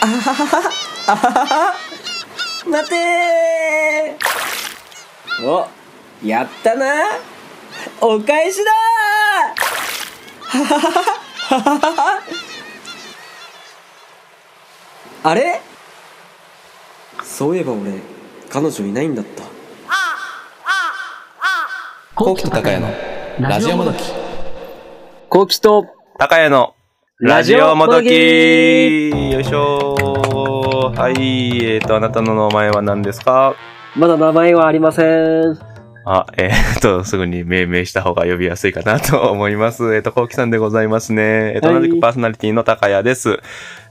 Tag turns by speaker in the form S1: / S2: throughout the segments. S1: はははあははは待てーおやったなお返しだーははははははは あれそういえば俺彼女いないんだった
S2: 高木と高谷のラジオもどき。
S1: コキと
S3: 高谷のラジオもどきよいしょーはい、えっ、と、あなたの名前は何ですか
S1: まだ名前はありません
S3: あ、えっ、と、すぐに命名した方が呼びやすいかなと思います。えっ、と、こうきさんでございますね。えっ、と、
S1: はい
S3: 同じくパーソナリティの高谷です。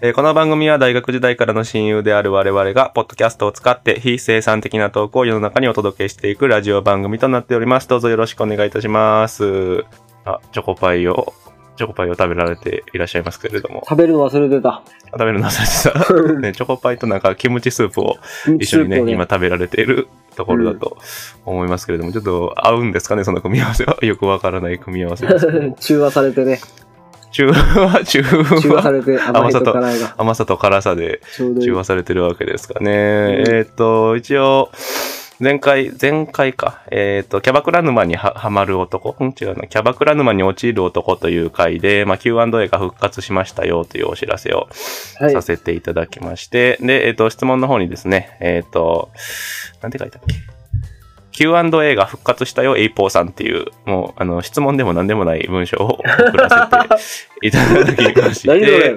S3: えーこの番組は大学時代からの親友である我々が、ポッドキャストを使って非生産的な投稿を世の中にお届けしていくラジオ番組となっております。どうぞよろしくお願いいたします。あ、チョコパイを、チョコパイを食べられていらっしゃいますけれども。
S1: 食べるの忘れてた
S3: 食べるの忘れてた。ね、チョコパイとなんかキムチスープを一緒にね、今食べられているところだと思いますけれども、ちょっと合うんですかね、その組み合わせは。 よくわからない組み合 わせですけど。
S1: 中和されてね
S3: 中和、
S1: 中
S3: 中
S1: 和さ
S3: 和、
S1: れ て甘いと辛いが
S3: 甘さと辛さで
S1: ちょうどいい
S3: 中和されてるわけですかね。
S1: ん
S3: えーっと、一応、前回、前回か。えーっと、キャバクラ沼にははまる男。うん、違うな。キャバクラ沼に陥る男という回で、まあ、Q&A が復活しましたよというお知らせを
S1: はい
S3: させていただきまして、で、えっ、と、質問の方にですね、えっ、と、なんて書いたっけ Q&A が復活したよ、エイポーさんっていう、もう、あの、質問でも何でもない文章を送らせていただきま し
S1: 何それ
S3: て、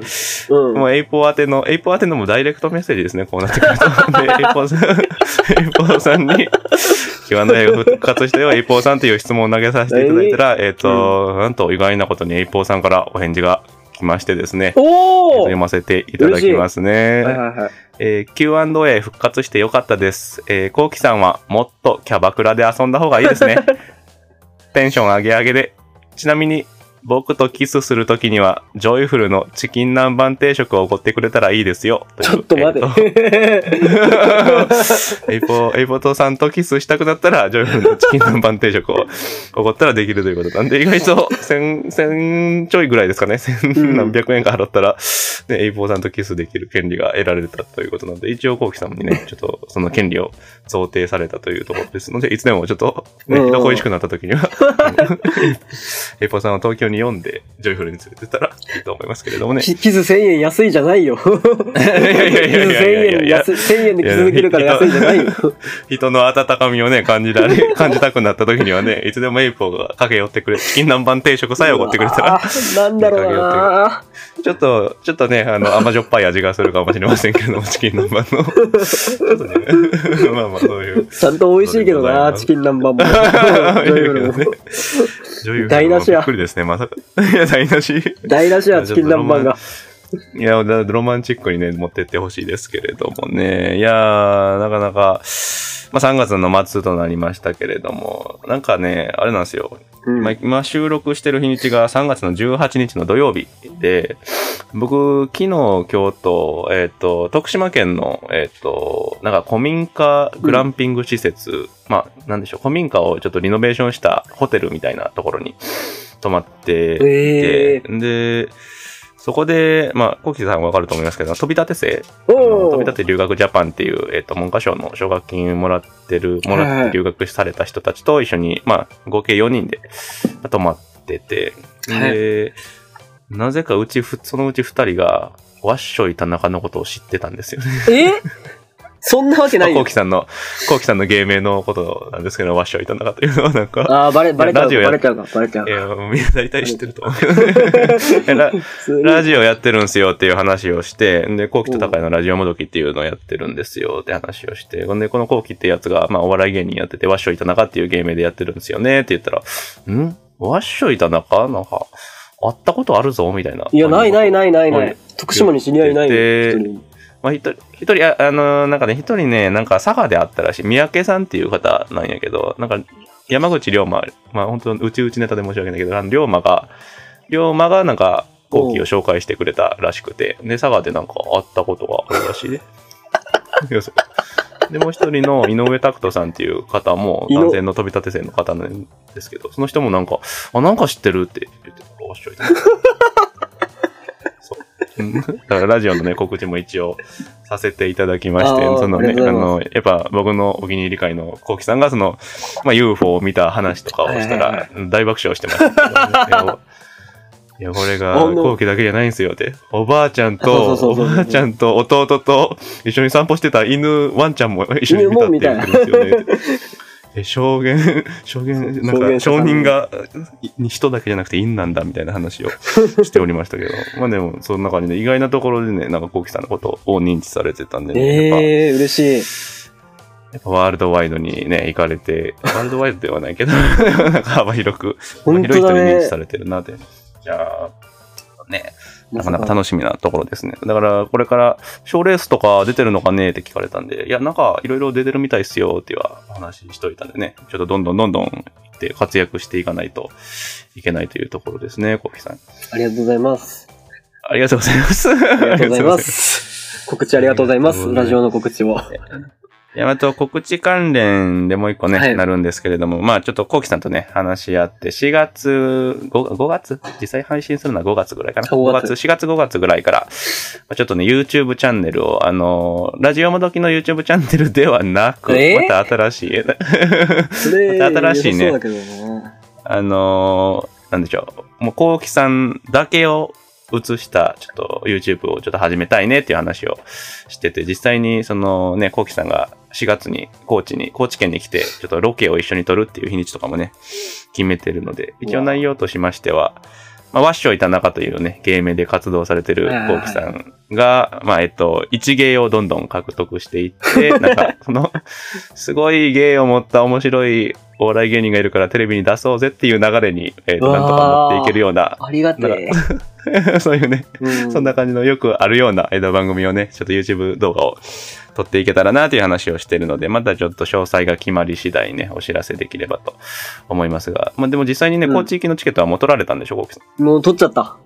S1: うん
S3: もうエイポー宛ての、エイポー宛てのもダイレクトメッセージですね、こうなってくると。 で、エイポーさん、 エイポーさんに、Q&A が復活したよ、エイポーさんという質問を投げさせていただいたら、えっ、と、なんと意外なことにエイポーさんからお返事が来ましてですね、
S1: おお
S3: 読ませていただきますね。
S1: はいはいはい。
S3: えー Q&A 復活してよかったです。えー、こうきさんはもっとキャバクラで遊んだ方がいいです ね。テンション上げ上げで。ちなみに、僕とキスするときには、ジョイフルのチキン南蛮定食をおごってくれたらいいですよ。
S1: ちょっと待
S3: て。
S1: て。
S3: エイポ、エイポトさんとキスしたくなったら、ジョイフルのチキン南蛮定食をおごったらできるということなんで、意外と千、千ちょいぐらいですかね。千
S1: ん
S3: 何百円か払ったら、ね、エイポーさんとキスできる権利が得られたということなんで、一応コウキさんにね、ちょっとその権利を贈呈されたというところですので、いつでもちょっと、ね、
S1: うん
S3: 人恋しくなった時には、あのエイポーさんを東京に呼んで、ジョイフルに連れてったらいいと思いますけ れどもね。
S1: キキズ1000円安いじゃないよ。キズ
S3: いやいやいやいや
S1: 1000円
S3: いや
S1: 安い、1000円でキズできるから安いじゃないよ。
S3: 人の温かみをね、感じら れ、感じたくなった時にはね、いつでもエイポーが駆け寄ってくれ、チキン南蛮定食さえおごってくれた
S1: あ
S3: ら、
S1: ーなんだろうな
S3: ちょっと、ちょっとね、あの、甘じょっぱい味がするかもしれませんけ れども、チキン南蛮の。ちょっと ね、まあまあ、そういう。
S1: ちゃんと美味しいけどなチキン南蛮も。
S3: い
S1: どうい
S3: やいう
S1: の
S3: やね
S1: も
S3: 女優
S1: 台無しや
S3: びっくりですね、まさか。いや、台無し。
S1: 台無しや、チキン南蛮が。
S3: いや、だロマンチックにね、持ってってほしいですけれどもね。いやー、なかなか、まあ3月の末となりましたけれども、なんかね、あれなんですよ。
S1: うん
S3: まあ今収録してる日にちが3月の18日の土曜日で、僕、昨日、今日と、えっ、と、徳島県の、えっ、と、なんか古民家グランピング施設、まあ、なんでしょう、古民家をちょっとリノベーションしたホテルみたいなところに泊まってい
S1: え
S3: て、で、そこで、まあ、コキさんわかると思いますけど、飛び立て生あの
S1: お
S3: 飛び
S1: お
S3: 立て留学ジャパンっていう、えっ、と、文科省の奨学金もらってる、も
S1: はい
S3: らっ
S1: はい
S3: て留学された人たちと一緒に、まあ、合計4人でまあ泊まってて、で、なぜかうちふ、そのうち2人が、わっしょい田中のことを知ってたんですよね。
S1: えそんなわけない
S3: こう
S1: よ。
S3: きさんの、こうきさんの芸名のことなんですけど、わっしょい田中というのはなんか、
S1: あー、バレ、バレちゃう
S3: ラジオ
S1: か、
S3: や
S1: バレちゃうか、バレちゃう
S3: い
S1: か。
S3: や、もうみんな大体知ってると思うけどね いやラ
S1: 普通に
S3: ラジオやってるんすよっていう話をして、で、コウキと高井のラジオもどきっていうのをやってるんですよって話をして、ほんで、このコウキってやつが、まあ、お笑い芸人やってて、ワッショイ田中っていう芸名でやってるんですよねって言ったら、んワッショイ田中なんか、会ったことあるぞみたいな。
S1: いや、ないない
S3: い。
S1: ないないな
S3: はい
S1: い。徳島に知り合いない
S3: で
S1: よ、一人。
S3: まあ、一人、一人、ああのーなんかね、一人ね、なんか佐賀で会ったらしい、三宅さんっていう方なんやけど、なんか、山口龍馬、まあ、本当うちうちネタで申し訳ないけど、あの龍馬が、龍馬がなんか、後期を紹介してくれたらしくて、で、佐賀でなんか会ったことがあるらしいね。要するに で、もう一人の井上拓人さんっていう方も、
S1: 井上
S3: 男性の飛び立て線の方なんですけど、その人もなんか、あ、なんか知ってるって言って、おっしゃい。そう だからラジオのね、告知も一応させていただきまして、
S1: あー
S3: その
S1: あ
S3: ね
S1: り、が
S3: あ
S1: とうござい
S3: の、やっぱ僕のお気に入り会のコウキさんが、その、まあ、UFO を見た話とかをした
S1: はい
S3: ら、大爆笑してました、いや、これが、
S1: あの
S3: コウキだけじゃないんですよって。おばあちゃん
S1: そ
S3: と、
S1: うそう
S3: お
S1: そうそう
S3: ばあちゃんと弟と一緒に散歩してた犬、ワンちゃんも一緒に見たって言ってるんですよ ね。え証言、証言、なん
S1: 証
S3: か、
S1: 言者さ
S3: 証
S1: ん
S3: 人が、い人だけじゃなくて因なんだみたいな話をしておりましたけど、まあでも、そんな感じで、意外なところでね、なんか、コウキさんのことを認知されてたんでね、やっぱ
S1: ええー、嬉しい。
S3: やっぱワールドワイドにね、行かれて、ワールドワイドではないけど、なんか幅広く、幅
S1: 本
S3: 広
S1: 当
S3: い人
S1: だ
S3: に
S1: ね
S3: 認知されてるなって。じゃあ、ね、なかなか楽しみなところですね。だから、これから、賞レースとか出てるのかねって聞かれたんで、いや、なんか、いろいろ出てるみたいっすよってはお話ししといたんでね、ちょっとどんどんどんどん行って活躍していかないといけないというところですね、コウキさん。
S1: ありがとうございます。
S3: ありがとうござい ます。あり
S1: ありがとうございま
S3: がとうございます。
S1: す。告知ありがとうございま
S3: あり
S1: す。
S3: がとうございます
S1: ラジオの告知を。
S3: いや、あと告知関連でもう一個ね、
S1: はい
S3: なるんですけれども、まあちょっとコウキさんとね、話し合って、4月、5, 5月実際配信するのは5月ぐらいかな。
S1: 5
S3: 5
S1: 月
S3: 月、4月5月ぐらいから、まあちょっとね、YouTube チャンネルを、あのーラジオもどきの YouTube チャンネルではなく、
S1: えー
S3: また新しい、
S1: それ、
S3: また新しいね
S1: 良さそうだけどな。
S3: あのーなんでしょう。もう、こうきさんだけを映した、ちょっと YouTube をちょっと始めたいねっていう話をしてて、実際にそのね、こうきさんが4月に高知に、高知県に来て、ちょっとロケを一緒に撮るっていう日にちとかもね、決めてるので、一応内容としましては、まあ、ワッショイ田中というね、芸名で活動されてる
S1: あー
S3: こうきさんが、まあ、えっと、一芸をどんどん獲得してい って、なんか、その、すごい芸を持った面白いお笑い芸人がいるからテレビに出そうぜっていう流れに、えーと
S1: うわー
S3: なんとか持っていけるよう な、
S1: ありがてえ。
S3: そういうね、
S1: う
S3: そんな感じのよくあるような、えーと番組をね、ちょっと YouTube 動画を撮っていけたらなという話をしているので、またちょっと詳細が決まり次第ね、お知らせできればと思いますが、まあでも実際にね、
S1: うん
S3: 高知行きのチケットはもう取られたんでしょ、う
S1: もう取っちゃった。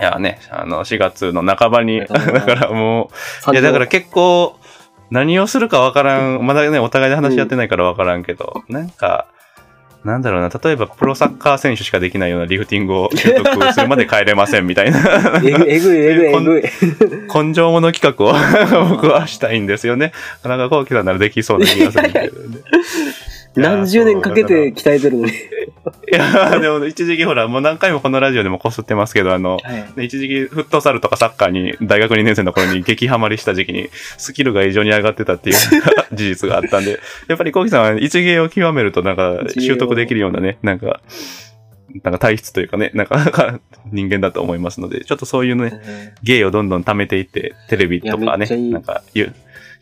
S3: いやね、あの、4月の半ばに、
S1: あ
S3: だ
S1: りがとうございます
S3: からもう、いや、だから結構、何をするかわからん。まだね、お互いで話し合ってないからわからんけど、なんか、なんだろうな、例えばプロサッカー選手しかできないようなリフティングを習得するまで帰れませんみたいな、
S1: えぐい、えぐい、えぐい、え
S3: こん
S1: ぐい。
S3: 根性もの企画を 僕はしたいんですよね。なんかこうきさんならできそうな気がするんだけどね。いや
S1: 何十年かけて鍛えてるのに。
S3: いや、でも一時期ほら、もう何回もこのラジオでもこすってますけど、あの、
S1: はい。
S3: で一時期フットサルとかサッカーに大学2年生の頃に激ハマりした時期にスキルが異常に上がってた っていう事実があったんで、やっぱりコウキさんは一芸を極めるとなんか
S1: 一芸を
S3: 習得できるようなね、なんか、なんか体質というかね、なんか 人間だと思いますので、ちょっとそういうね、芸をどんどん貯めていって、テレビと
S1: いや
S3: か
S1: めっ
S3: ね
S1: ちゃいい、
S3: なんか、ゆ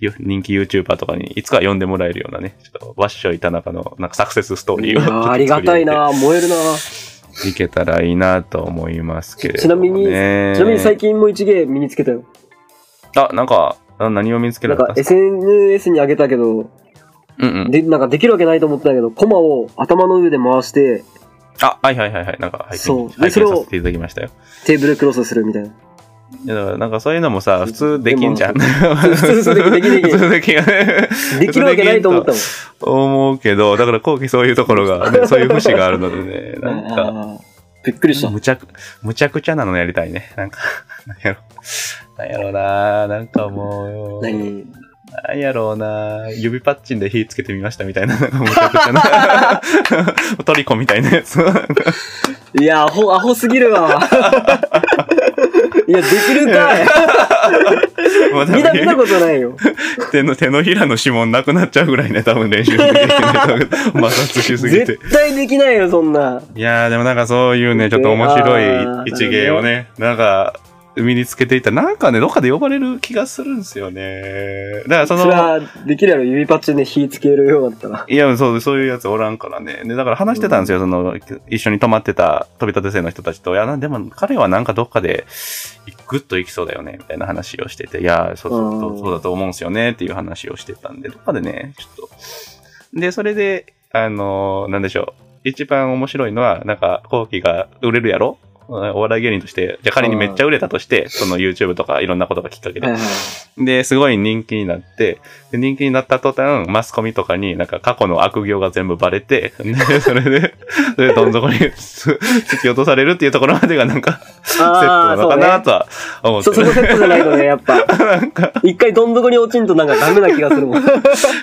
S3: ゆ人気 YouTuber とかにいつか呼んでもらえるようなね、ちょっとワッショイ田中のなんかサクセスストー
S1: い
S3: リーを
S1: や
S3: ちょっと
S1: ー
S3: 作
S1: あ
S3: り
S1: り
S3: 上
S1: が
S3: げて
S1: たいなも燃えるな
S3: いけたらいいなと思いますけれども、ね。
S1: ちなみにちなみに最近も一芸身につけたよ。
S3: あ、なんか、あ何を見つけ
S1: なん
S3: られた
S1: か
S3: んですか
S1: SNS に上げたけど、
S3: うんうん。
S1: で、なんかできるわけないと思ってたけど、コマを頭の上で回して、
S3: あ、はいはいはいはい。なんか拝見、
S1: そう
S3: 拝見
S1: でそれを
S3: させていただきましたよ。
S1: テーブルクロスするみたいな。
S3: いやだからなんかそういうのもさ、普通できんじゃん。
S1: で
S3: 普
S1: 普通できんできんできん
S3: 普通できんよね。
S1: できるわけないと思ったもん。
S3: 思うけど、だから後期そういうとこ ろが、ね、そういう節があるのでね、なんか、
S1: あーびっくりした。
S3: むちゃく、むちゃくちゃなのやりたいね。なんか、 なんやろ。なんやろうななんかもう、
S1: 何
S3: なんやろうな指パッチンで火つけてみましたみたいな、なんかむちゃくち ゃな、 トリコみたいなやつ。
S1: いや、アホ、アホすぎるわ。 いや、できるかい。
S3: まあ
S1: 見た、見たことないよ。
S3: 手の手のひらの指紋なくなっちゃうぐらいね、多分練習できないと思う摩擦しすぎて。
S1: 絶対できないよ、そんな。
S3: いやー、でもなんかそういうね、ちょっと面白い一芸をね、なんか、身につけていったら、なんかね、どっかで呼ばれる気がするんですよね。だからそ
S1: それ
S3: の、
S1: は、できるやろ、指パッチンで火つけるようになった ら。
S3: いや、そう、そういうやつおらんからね。で、だから話してたんですよ、その、一緒に泊まってた飛び立て生の人たちと、いや、なでも彼はなんかどっかで、ぐっと行きそうだよね、みたいな話をしてて、いや、そうそう
S1: う
S3: そ
S1: ん
S3: うそうだと思うんですよね、っていう話をしてたんで、どっかでね、ちょっと。で、それで、あのーなんでしょう。一番面白いのは、なんか、後期が売れるやろお笑い芸人として、じゃあ仮にめっちゃ売れたとして、その YouTube とかいろんなことがきっかけ
S4: はい
S3: で。
S4: はい。
S3: で、すごい人気になって、で人気になった途端、マスコミとかになんか過去の悪行が全部バレて、 でそれで、それでどん底に 突き落とされるっていうところまでがなんか、 セット
S4: あ
S3: な
S4: あ、
S3: の
S4: そ
S3: か
S4: う
S3: な
S4: ね。
S3: とは思って
S4: そ、
S3: る
S4: そこセットじゃないとね、やっ ぱ。一回どん底に落ちんとなんかダメな気がするもん。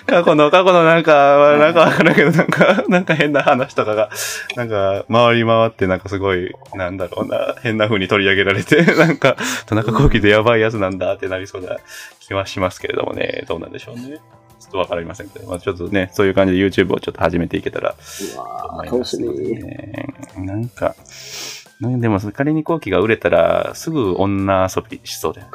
S3: 過去の、過去のなんか、なんかわからんけど、なんか、なんか変な話とかが、なんか、回り回って、なんかすごい、なんだろうな、変な風に取り上げられて、 なんか、田中幸喜でやばいやつなんだってなりそうな気はしますけれどもね、どうなんでしょうね。ちょっとわかりませんけど、まあちょっとね、そういう感じで YouTube をちょっと始めていけたら
S4: うわー
S3: 思い
S4: 楽
S3: ます
S4: し
S3: ので
S4: み。
S3: ね。なんか、なんでも、仮に幸喜が売れたら、すぐ女遊びしそうだよね。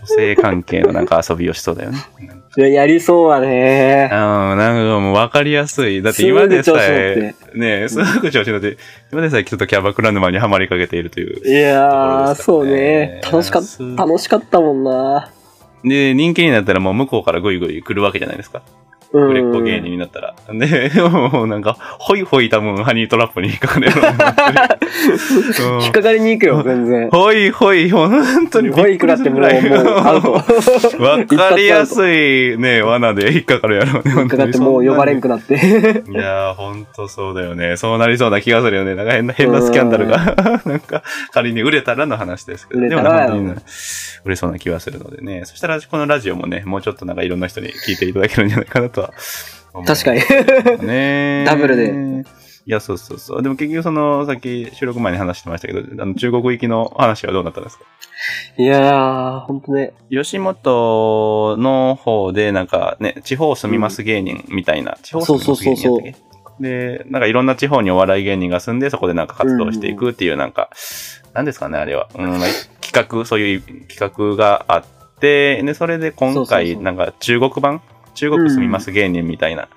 S3: 女性関係のなんか遊びをしそうだよね。なんか
S4: いや、やりそうはね。
S3: ああ、なんかもう分かりやすい。だって今でさえ、ねえ、す
S4: 調子乗
S3: ご
S4: っ
S3: く調子乗って、今でさえちょっとキャバクラ沼にはまりかけているという。
S4: いやー、そうね。
S3: ところ
S4: 楽
S3: です
S4: し
S3: か
S4: から
S3: ね
S4: った、楽しかったもんな。
S3: で、人気になったらもう向こうからグイグイ来るわけじゃないですか。
S4: うん。
S3: 売れっ子芸人になったら。で、もうなんか、ほいほい多分ハニートラップに引っかかれる ようになってるうん
S4: 引っかかりに行くよ、全然。
S3: ほいほい、本当に
S4: 5位くらってもう、もうアウト。
S3: わかりや
S4: い。
S3: すいね、罠で引っかかるやろうね。
S4: 引っかかってもう呼ばれんくなって。
S3: いやー、ほんとそうだよね。そうなりそうな気がするよね。なんか変な、変なスキャンダルが。 なんか、仮に売れたらの話ですけど。
S4: 売れ
S3: で
S4: た
S3: も、
S4: らや
S3: 本
S4: ろ
S3: 当にね売れそうな気はするのでね。そしたら、このラジオもね、もうちょっとなんかいろんな人に聞いていただけるんじゃないかなとは思います
S4: 確かに。
S3: ね
S4: ダブルで。
S3: いや、そうそうそう。でも結局その、さっき収録前に話してましたけど、あの中国行きの話はどうなったんですか
S4: いやー、ほんとね。
S3: 吉本の方で、なんかね、地方住みます芸人みたいな、地方住みます芸人やったっけで、なんかいろんな地方にお笑い芸人が住んで、そこでなんか活動していくっていう、なんか、なんですかね、あれは。うん、まあ企画、そういう企画があって、で、それで今
S4: そうそう
S3: 回、
S4: そう
S3: なんか中国版中国住みます芸人みたいな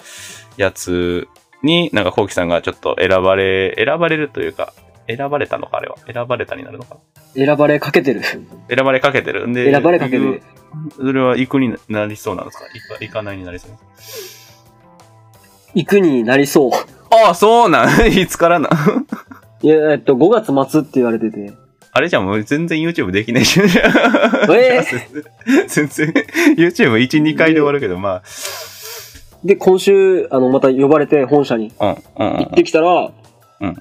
S3: やつに、なんかこうきさんがちょっと選ばれ、選ばれるというか、選ばれたのか、あれは。選ばれたになるのか。
S4: 選ばれかけてる。
S3: 選ばれかけてる。んで、
S4: 選ばれかけてる。
S3: それは行くになりそうなんですか行か行かないになりそうですか
S4: 行くになりそう。
S3: ああ、そうなん いつからなん
S4: いや、えっと、5月末って言われて て。
S3: あれじゃんもう全然 YouTube できない し。
S4: え
S3: 全然 YouTube1、2回で終わるけど、ま
S4: で、今週、あの、また呼ばれて、本社に。
S3: あ、うん、うんう
S4: 行
S3: ん
S4: っ。てきたら、
S3: うん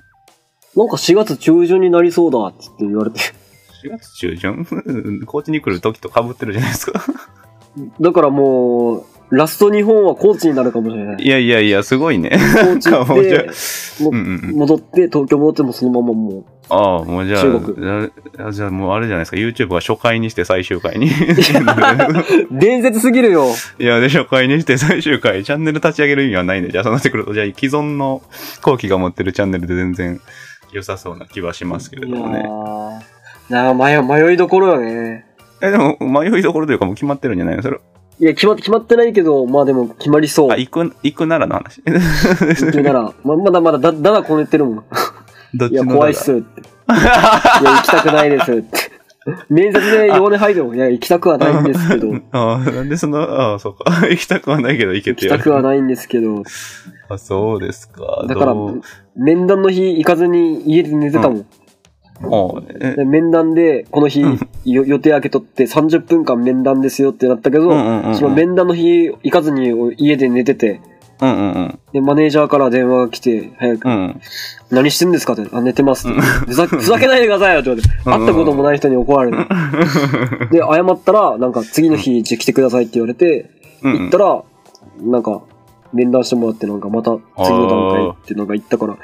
S4: なんか4月中旬になりそうだ、っつって言われて。
S3: 4月中旬 高知に来る時と被ってるじゃないですか。
S4: だからもう、ラスト日本はコーチになるかもしれない。
S3: いやいやいや、すごいね。
S4: 高知
S3: なんかも
S4: 行
S3: う
S4: っ
S3: じゃ
S4: て、
S3: うんう
S4: も
S3: ん。
S4: 戻って、東京戻ってもそのままも
S3: ああ、もうじゃあ、
S4: 中国
S3: あじゃあもうあれじゃないですか。YouTube が初回にして最終回に。
S4: う、伝説すぎるよ。
S3: いや、で、初回にして最終回、チャンネル立ち上げる意味はないね。じゃあ、そうなってくると、じゃあ、既存の後期が持ってるチャンネルで全然良さそうな気はしますけれど
S4: いや
S3: もね。
S4: ーなあ迷迷いどころよね。
S3: え、でも、迷いどころというか、もう決まってるんじゃないのそれ。
S4: いや、決まって、決まってないけど、まあでも決まりそう。
S3: あ、行く、行くならの話。
S4: 言ってなら、ままだまだだ、だだこねてる もん。
S3: どっ
S4: い
S3: ち
S4: や、
S3: の
S4: 怖いっすって。いや、行きたくないです って。面接で弱音吐いても、いや、行きたくはないんですけど、行
S3: ああ、なんでその、ああ、そうか。 行きたくはないけど、行けって
S4: き
S3: 言わ
S4: た
S3: れ
S4: くは
S3: る。
S4: ないんですけど、
S3: あ、そうですか。
S4: だから
S3: どう、
S4: 面談の日行かずに家で寝てたもん。
S3: もう、え
S4: で面談で、この日、よ予定開けとって30分間面談ですよってなったけど、
S3: うんうんうんうん
S4: その面談の日行かずに家で寝てて、
S3: うんうんうん。
S4: で、マネージャーから電話が来て、早く、
S3: うん。
S4: 何してんですかって、あ、寝てますって。ふざふざけないでくださいよって言われて、
S3: うんうん
S4: 会ったこともない人に怒られる。で、謝ったら、なんか次の日、じゃあ来てくださいって言われて、
S3: うんう
S4: 行
S3: ん
S4: ったら、なんか、面談してもらって、なんかまた次の段階ってなんか行ったから、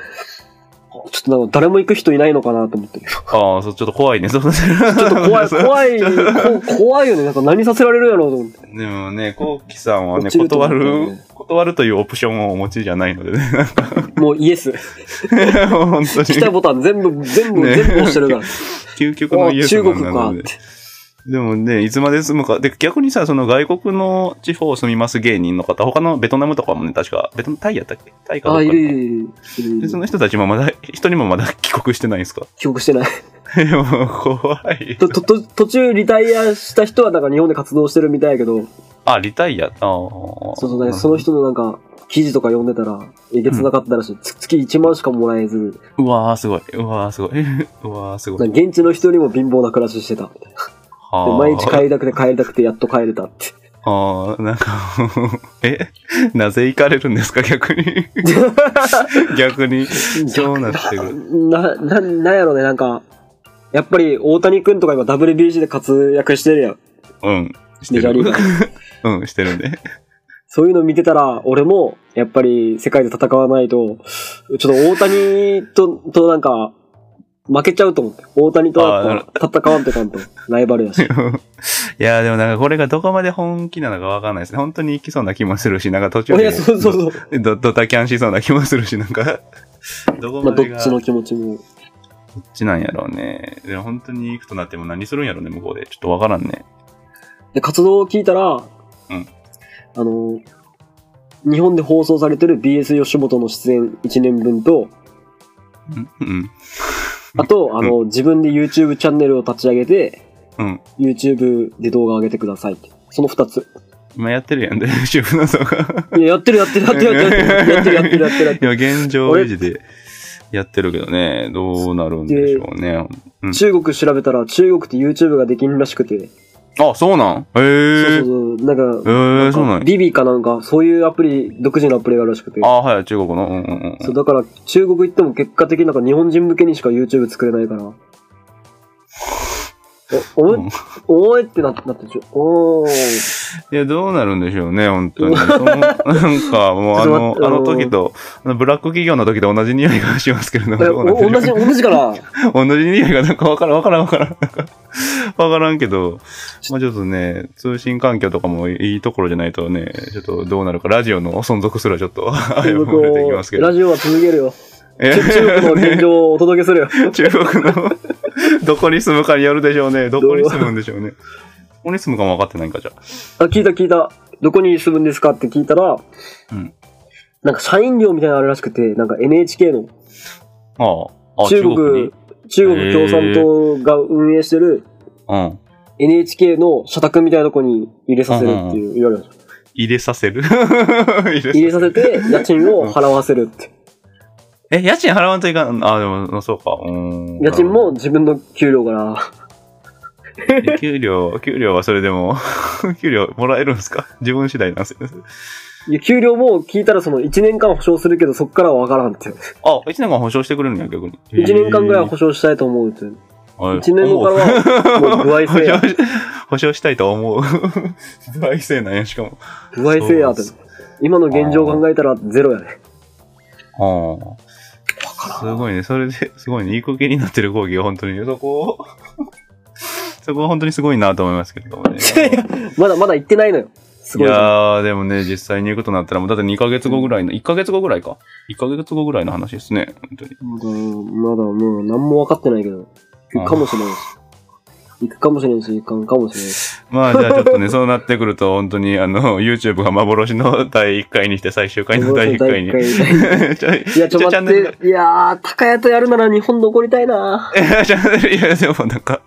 S4: ちょっとなんか誰も行く人いないのかなと 思って。ち
S3: ああ、そう、ちょっと怖いね。そうちょっ
S4: ょっと 怖い、怖い、こ怖いよね。なんか何させられるやろうと思って。
S3: でもね、こうきさんはね、
S4: 落ちると思
S3: 断
S4: ったよね
S3: る、断るというオプションをお持ちじゃないの でね、なんか、
S4: もうイエス。
S3: 本当
S4: 来た
S3: に、
S4: ボタン全 部、全部、
S3: ね
S4: 全部押してる から。
S3: 究極の
S4: あ
S3: イエス
S4: 中
S3: マ
S4: 国
S3: ンな
S4: かっ
S3: の
S4: て
S3: で。。でもね、いつまで住むか。で、逆にさ、その外国の地方を住みます芸人の方、他のベトナムとかもね、確か、ベトナム、タイやったっけタイかど
S4: あ、
S3: っか
S4: い
S3: の
S4: るいるいるいるい
S3: で、そ
S4: る。
S3: の人たちもまだ、一人もまだ帰国してないんです か
S4: 記憶してない。
S3: いやもう怖い。
S4: と、と、と、途中リタイアした人はなんか日本で活動してるみたいやけど、
S3: あ、リタイア。あそう
S4: そうそう、だからその人のなんか、記事とか読んでたら、えげつなかったらしい。つ月1万しかもらえず、
S3: うわー、すごい。うわー、すごい。 うわー、すご
S4: ないん。か現地の人にも貧乏な暮らししてた。で
S3: あー
S4: 毎日帰りたくて帰りたくてやっと帰れたって。
S3: ああ、なんか、えなぜ行かれるんですか、逆 に。逆に、そうなってくる。
S4: な、な、なんやろね、なんか、やっぱり大谷くんとか今 WBC で活躍してるやん。
S3: うん。して
S4: メジャーリー
S3: る
S4: ガ。ー。
S3: うん、 してるね。
S4: そういうの見てたら、俺も、やっぱり世界で戦わないと、ちょっと大谷と、となんか、負けちゃうと思って。大谷と
S3: あーな
S4: や
S3: る
S4: っぱ戦わんといかんと。ライバ ルやし。
S3: いやー、でもなんかこれがどこまで本気なのかわかんないですね。本当に行きそうな気もするし、なんか途
S4: い
S3: 中で
S4: や、そうそうそう。
S3: ドドタキャンしそうな気もするし、なん か、どこ
S4: まあ、
S3: ま
S4: ど
S3: でが
S4: っちの気持ちも。
S3: どっちなんやろうね。でも本当に行くとなっても何するんやろうね、向こうで。ちょっとわからんね。
S4: で、活動を聞いたら、
S3: ん
S4: あの、日本で放送されてる BS 吉本の出演1年分と、
S3: うん、うん、
S4: あと、あの、自分で YouTube チャンネルを立ち上げて、
S3: うん。
S4: YouTube で動画上げてくださいって。その2つ。
S3: 今やってるやん、主婦の動画。
S4: いや、やってるやってるやってるやってるやってるやってるやってるやってる。
S3: 今現状維持でやってるけどね、どうなるんでしょうね。
S4: 中国調べたら、中国って YouTube ができんらしくて。
S3: あ、そうなんへえ
S4: そう
S3: ー。
S4: そうそう。なん
S3: え
S4: か、
S3: ー、そうなんや。
S4: ビビかなんか、そういうアプリ、独自のアプリがあるらしくて。
S3: あ、はい、中国の。うんうんうん。
S4: そう、だから、中国行っても結果的になんか日本人向けにしか YouTube 作れないから。お、お
S3: うん
S4: い、おいってなって、なって、ちょ、お ー。
S3: いや、どうなるんでしょうね、本当に。そのなんか、もう、あの、
S4: ちょ
S3: あ
S4: っと待ってあの
S3: の時と、あのブラック企業の時と同じ匂いがしますけれども、
S4: え
S3: どうなんでしょ
S4: お
S3: う
S4: 同じ、同じから。
S3: 同じ匂いがなんかわからんわからんわからん。 なんかわからんけど、まあちょっとね、通信環境とかもいいところじゃないとね、ちょっとどうなるか、ラジオの存続すらちょっと 危ぶ
S4: 僕
S3: まれていきますけど
S4: ラ。ジオは続けるよ。
S3: え
S4: 中中国の現状をお届けするよ。
S3: 中国の どこに住むかによるでしょうね。どこに住むんでしょうね。どこに住むかも分かってないんか、じゃあ。
S4: あ、聞いた聞いた。どこに住むんですかって聞いたら、
S3: うん
S4: なんか社員寮みたいなのあるらしくて、なんか NHK の
S3: ああ、あ
S4: 中国、
S3: に
S4: 中国共産党が運営してる
S3: うん。
S4: NHK の社宅みたいなとこに入れさせるっていう、言われました
S3: 入れさせる 入れ
S4: 入れさせて、家賃を払わせるって。
S3: え、家賃払わんといかん。あ、でも、そうか。うーん。
S4: 家賃も自分の給料から。
S3: え給料、給料はそれでも、 給料もらえるんですか自分次第なんですよ。
S4: いや給料も聞いたらその1年間保証するけど、そっからはわからんって。
S3: あ、1年間保証してくれるんや、逆に。
S4: 1年間ぐらいは保
S3: 証。
S4: 証したいと思うって。
S3: 1
S4: 1年後からは、もう具合制や。
S3: 保証し保証したいと思う。 具合制なんや、しかも。
S4: 具合制やって
S3: そう。
S4: 今の現状を考えたらゼロやね。
S3: ああ。すごいね。それで、すごいね。いい子気になってる講義が本当に。そこを そこは本当にすごいなと思いますけれどもね。
S4: まだまだ行ってないのよ。す
S3: い
S4: ごいじゃん
S3: やー、でもね、実際に言うことになったら、もうだって2ヶ月後ぐらいの、1ヶ月後ぐらいか。1ヶ月後ぐらいの話ですね。本当に。
S4: なんかまだもう何も分かってないけど、行くかもしれないし。行くかもしれんし、行かんかもしれんし。
S3: まあ、じゃあちょっとね、そうなってくると、本当に、あの、YouTube が幻の第1回にして、最終回の第1回に。
S4: 第一回
S3: ちょ
S4: いや、ちょ
S3: ちょ
S4: 待
S3: チャンネル
S4: って。いやー、高谷とやるなら日本残りたいな
S3: いや、 チャンネルいや、でもなんか、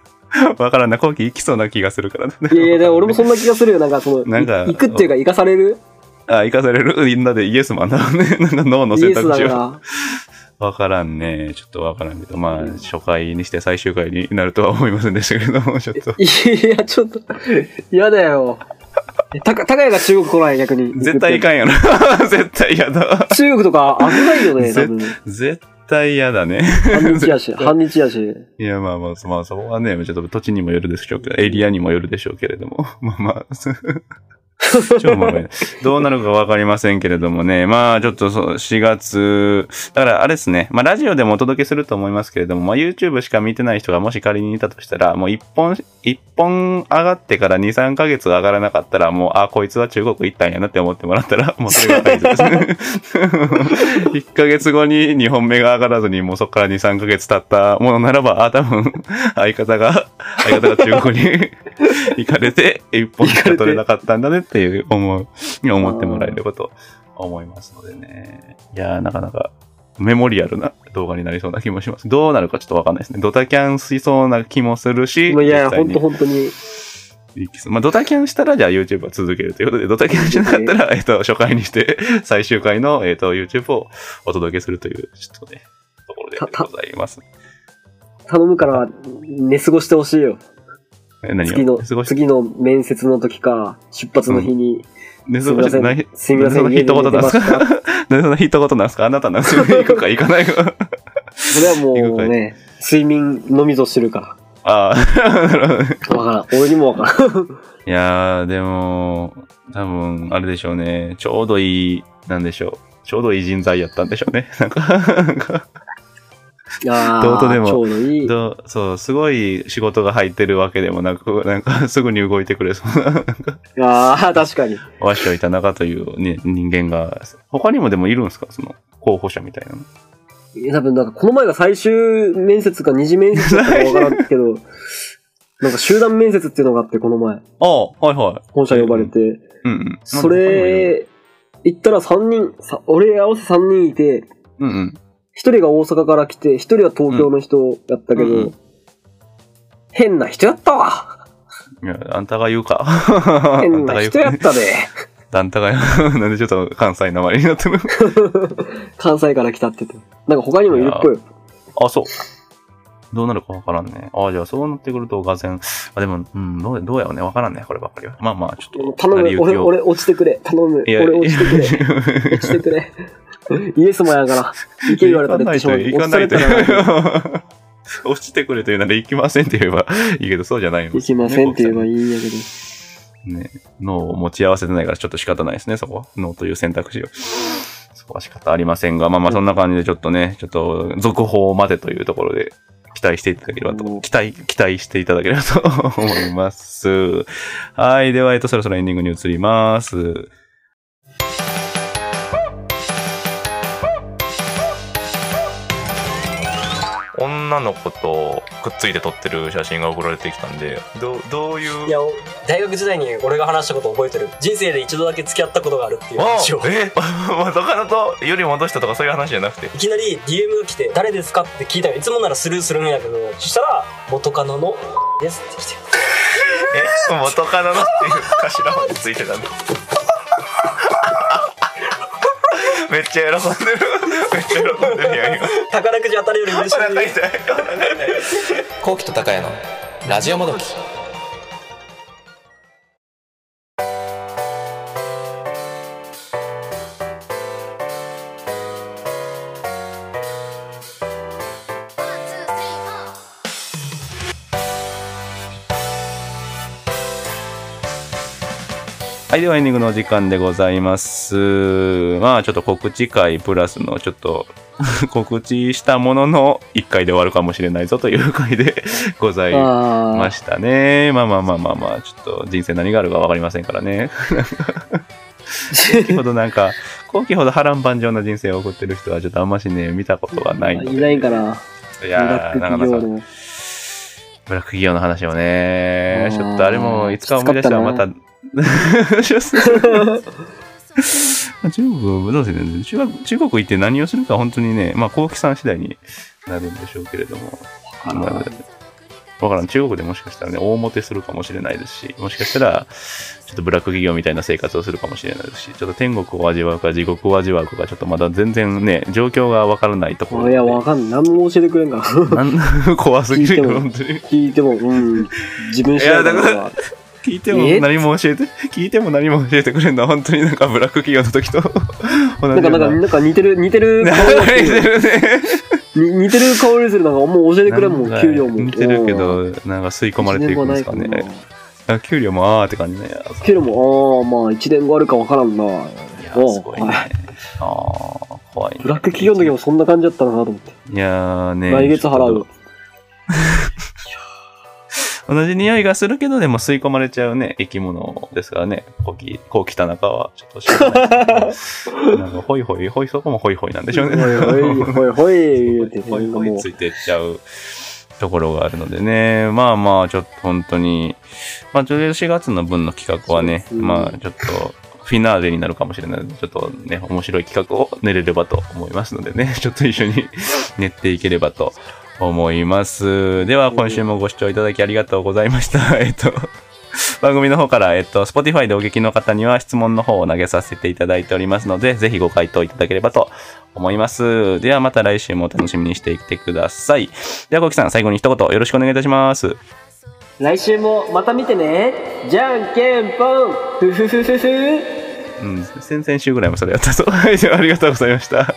S3: わからんな。後期行きそうな気がするから
S4: いやいや、でも俺も
S3: そ
S4: そんな気がするよ。なんかその、
S3: なんか
S4: い行くっていうか行かされる
S3: あ、行かされるみんなでイエスマンだね。 なんか脳の
S4: イ
S3: 選
S4: エス
S3: 択
S4: だ
S3: 肢
S4: か
S3: は。
S4: ら。
S3: わからんね。ちょっとわからんけど、まあ、初回にして最終回になるとは思いませんでしたけれども、ちょっと。
S4: いや、ちょっと、嫌だよ。たか、高谷が中国来ない逆に。
S3: 絶対いかんやろ。 絶対嫌だ。
S4: 中国とか危ないよね、多分。
S3: 絶対嫌だね。
S4: 半日やし、半日やし。
S3: いや、まあまあ、そまあ、そこはね、ちょっと土地にもよるでしょうけど、エリアにもよるでしょうけれども、 まあまあ、す超まあまあどうなるかわかりませんけれどもね、まあ、ちょっとそう、4月、だからあれですね、まあ、ラジオでもお届けすると思いますけれども、まあ、YouTube しか見てない人がもし仮にいたとしたら、もう一本、一本上がってから2、3ヶ月上がらなかったら、もう、あ、こいつは中国行ったんやなって思ってもらったら、もうそれが合図ですね。1ヶ 月後に2本目が上がらずに、もうそこから2、3ヶ月経ったものならば、あ、多分、相方が、相方が中国に 行かれて、1本しか取れなかったんだねっていう思う、思ってもらえればと思いますのでね。いやー、なかなか。メモリアルな動画になりそうな気もします。どうなるかちょっとわかんないですね。ドタキャンしそうな気もするし、
S4: もういや、
S3: 実際
S4: ほん
S3: に
S4: とほんとに。
S3: リキスまあ、ドタキャンしたら、じゃあ YouTube は続けるということで、ドタキャンしなかった ら、えっと、初回にして、 最終回の、えっと、YouTube をお届けするという、ちょっとね、ところで
S4: たた
S3: ございます。
S4: 頼むから、寝過ごしてほしいよ。
S3: え何
S4: 次の
S3: を過ご、し
S4: 次の面接の時か、出発の日に。
S3: 寝
S4: す
S3: 過
S4: み
S3: ご
S4: ま
S3: し
S4: せ
S3: て
S4: ん
S3: ない、
S4: すみません
S3: 寝過ごし一言なんです
S4: 家に寝て
S3: か 寝その一言なんですかあなたなんですよ。行くか行かないか。
S4: それはも
S3: 行くか
S4: う
S3: い
S4: ね、睡眠のみぞ知るか
S3: ああ、なるほどね
S4: ら。わからん。俺にもわからん。
S3: いやー、でも、多分、あれでしょうね。ちょうどいい、なんでしょう。ちょうどいい人材やったんでしょうね。なんか、なんか
S4: ああ、
S3: どうとでも
S4: ちょうどいい。
S3: どうそう、すごい仕事が入ってるわけでもなく、なんか、すぐに動いてくれそうな、なんか、
S4: ああ、確かに。
S3: わしをいた中という、ね、人間が、他にもでもいるんですかその、候補者みたいなの。
S4: いや多分なんか、この前が最終面接か二次面接だったかわからんけ ど、なんか集団面接っていうのがあって、この前、
S3: ああ、はいはい。
S4: 本社呼ばれて、
S3: うんうん。
S4: そ
S3: なんか
S4: れ、行ったら3人、さ俺合わせ3人いて、
S3: 他にもいる、うんう
S4: 1
S3: ん。
S4: 人が大阪から来て、1人は東京の人やったけど、
S3: うんうん
S4: 変な人やったわ
S3: いや、あんたが言うか。あ
S4: 変
S3: んたが
S4: な
S3: 言う
S4: 人やっ
S3: か。
S4: たで
S3: あんたが言う。なんでちょっと関西なまりになってる。
S4: 関西から来たって言って。なんか他にもいるっぽいよ。
S3: あ、そう。どうなるかわからんね。あじゃあそうなってくると、がぜん。あ、でも、うん、どうどうやろうね。わからんね。こればっかりは。まあまあ、ちょっと、
S4: 頼む
S3: 成り、行き
S4: 俺、
S3: を
S4: 俺落ちてくれ。頼む。
S3: いや、
S4: 俺落ちてくれ。落ちてくれ。 イエスもやから。行け言われた
S3: 行
S4: ら行
S3: かな
S4: っ
S3: い
S4: てしま
S3: と、
S4: う。
S3: 行か
S4: 落ち
S3: な
S4: さ
S3: い
S4: れ
S3: と
S4: たら。
S3: 落ちてくれというなら行きませんって言えばいいけど、そうじゃないの
S4: 行きませんって言えばいいんやけど。
S3: ね、脳を持ち合わせてないからちょっと仕方ないですね、そこは。脳という選択肢を。そこは仕方ありませんが、まあまあそんな感じでちょっとね、ちょっと続報を待てというところで期待していただければ
S4: お
S3: と、期待、期待していただければと 思います。はい。では、えっと、そろそろエンディングに移ります。女の子とくっついて撮ってる写真が送られてきたんで、どどういう
S5: いや、大学時代に俺が話したこと覚えてる。人生で一度だけ付き合ったことがあるっていう話を。
S3: え元カノとより戻したとかそういう話じゃなくて
S5: いきなり DM が来て、誰ですかって聞いたよ。いつもならスルーするんやけど、そしたら、元カノの、ですって来て。
S3: え元カノのっていう頭までついてたんだめっちゃ喜んでるめっちゃ喜んでるやん今
S5: 宝くじ当たるより嬉しい。
S3: お腹痛い
S2: コウキとタカヤのラジオもどき
S3: はい、ではエンディングのお時間でございます。まあ、ちょっと告知会プラスのちょっと 告知したものの1回で終わるかもしれないぞという回で ございま
S4: あ
S3: したね。まあまあまあまあまあ、ちょっと人生何があるか分かりませんからね。後期ほどなんか、後期ほど波乱万丈な人生を送ってる人はちょっとあんましね、見たことがな
S4: あ、
S3: いの
S4: い
S3: で。
S4: ないかな。
S3: い
S4: ブラ
S3: や
S4: ッ
S3: ー、
S4: ク
S3: なか
S4: 企
S3: な
S4: 業
S3: か。
S4: の。
S3: ブラック企業の話をね
S4: あ、ー
S3: ちょっとあれもいつか思い出したらまた。 中国、どうせね、中国中国行って何をするか本当にね、まあ、幸喜さん次第になるんでしょうけれども、あのわからん、中国でもしかしたらね、大モテするかもしれないですし、もしかしたら、ちょっとブラック企業みたいな生活をするかもしれないですし、ちょっと天国を味わうか地獄を味わうかが、ちょっとまだ全然ね、状況がわからないところ
S4: い
S3: で
S4: や、わかんない。何も教えてくれんから。
S3: なん 怖すぎる
S4: 聞い
S3: よ、
S4: ても
S3: 本当に。
S4: 聞いても、うん、自分次第だ
S3: いや
S4: から。
S3: 聞いても何も教えて、聞いても何も教えてくれるのは本当になんかブラック企業の時と同
S4: なん
S3: じ
S4: か、な
S3: よ
S4: か、
S3: うんな。
S4: なんか似てる、似て る顔がす
S3: 似
S4: る。
S3: てるね。
S4: に似てる顔にするなんか、もう教えてくれんも
S3: なん
S4: ん、
S3: か
S4: 給料も。
S3: 似てるけ
S4: うん、
S3: ど、なんか吸い込まれていくんですか
S4: 一年後ない
S3: ね
S4: か。
S3: あ給料もあーって感じね。
S4: な給料も、ああ、まあ、1年後あるかわからんな。
S3: いや
S4: おう
S3: すごいね。ああ、怖いね。
S4: ブラック企業の時もそんな感じだったなと思って。
S3: いやーね。
S4: 来月払う。。
S3: 同じ匂いがするけど、でも吸い込まれちゃうね、生き物ですからね。こき、こうきた中は、ちょっと知らないで すけどなんか、ホイホイ、ホイ、そこもホイホイなんでしょうね。
S4: ほいほいほい、言 うて、
S3: ほいほ
S4: も
S3: いうついてっちゃうところがあるのでね。まあまあ、ちょっと本当に、まあ、14月の分の企画はね、
S4: そうですね
S3: まあ、ちょっと、フィナーレになるかもしれないので、ちょっとね、面白い企画を練れればと思いますのでね、 ちょっと一緒に練っていければと 思います。では、今週もご視聴いただきありがとうございました。えっと、番組の方から、えっと、Spotify でお聞きの方には質問の方を投げさせていただいておりますので、ぜひご回答いただければと思います。ではまた来週もお楽しみにしていてください。では、コキさん、最後に一言よろしくお願いいたします。
S4: 来週もまた見てねじゃんけんぽんふふふふふ
S3: うん、先々週ぐらいもそれやったぞ。はい、ではありがとうございました。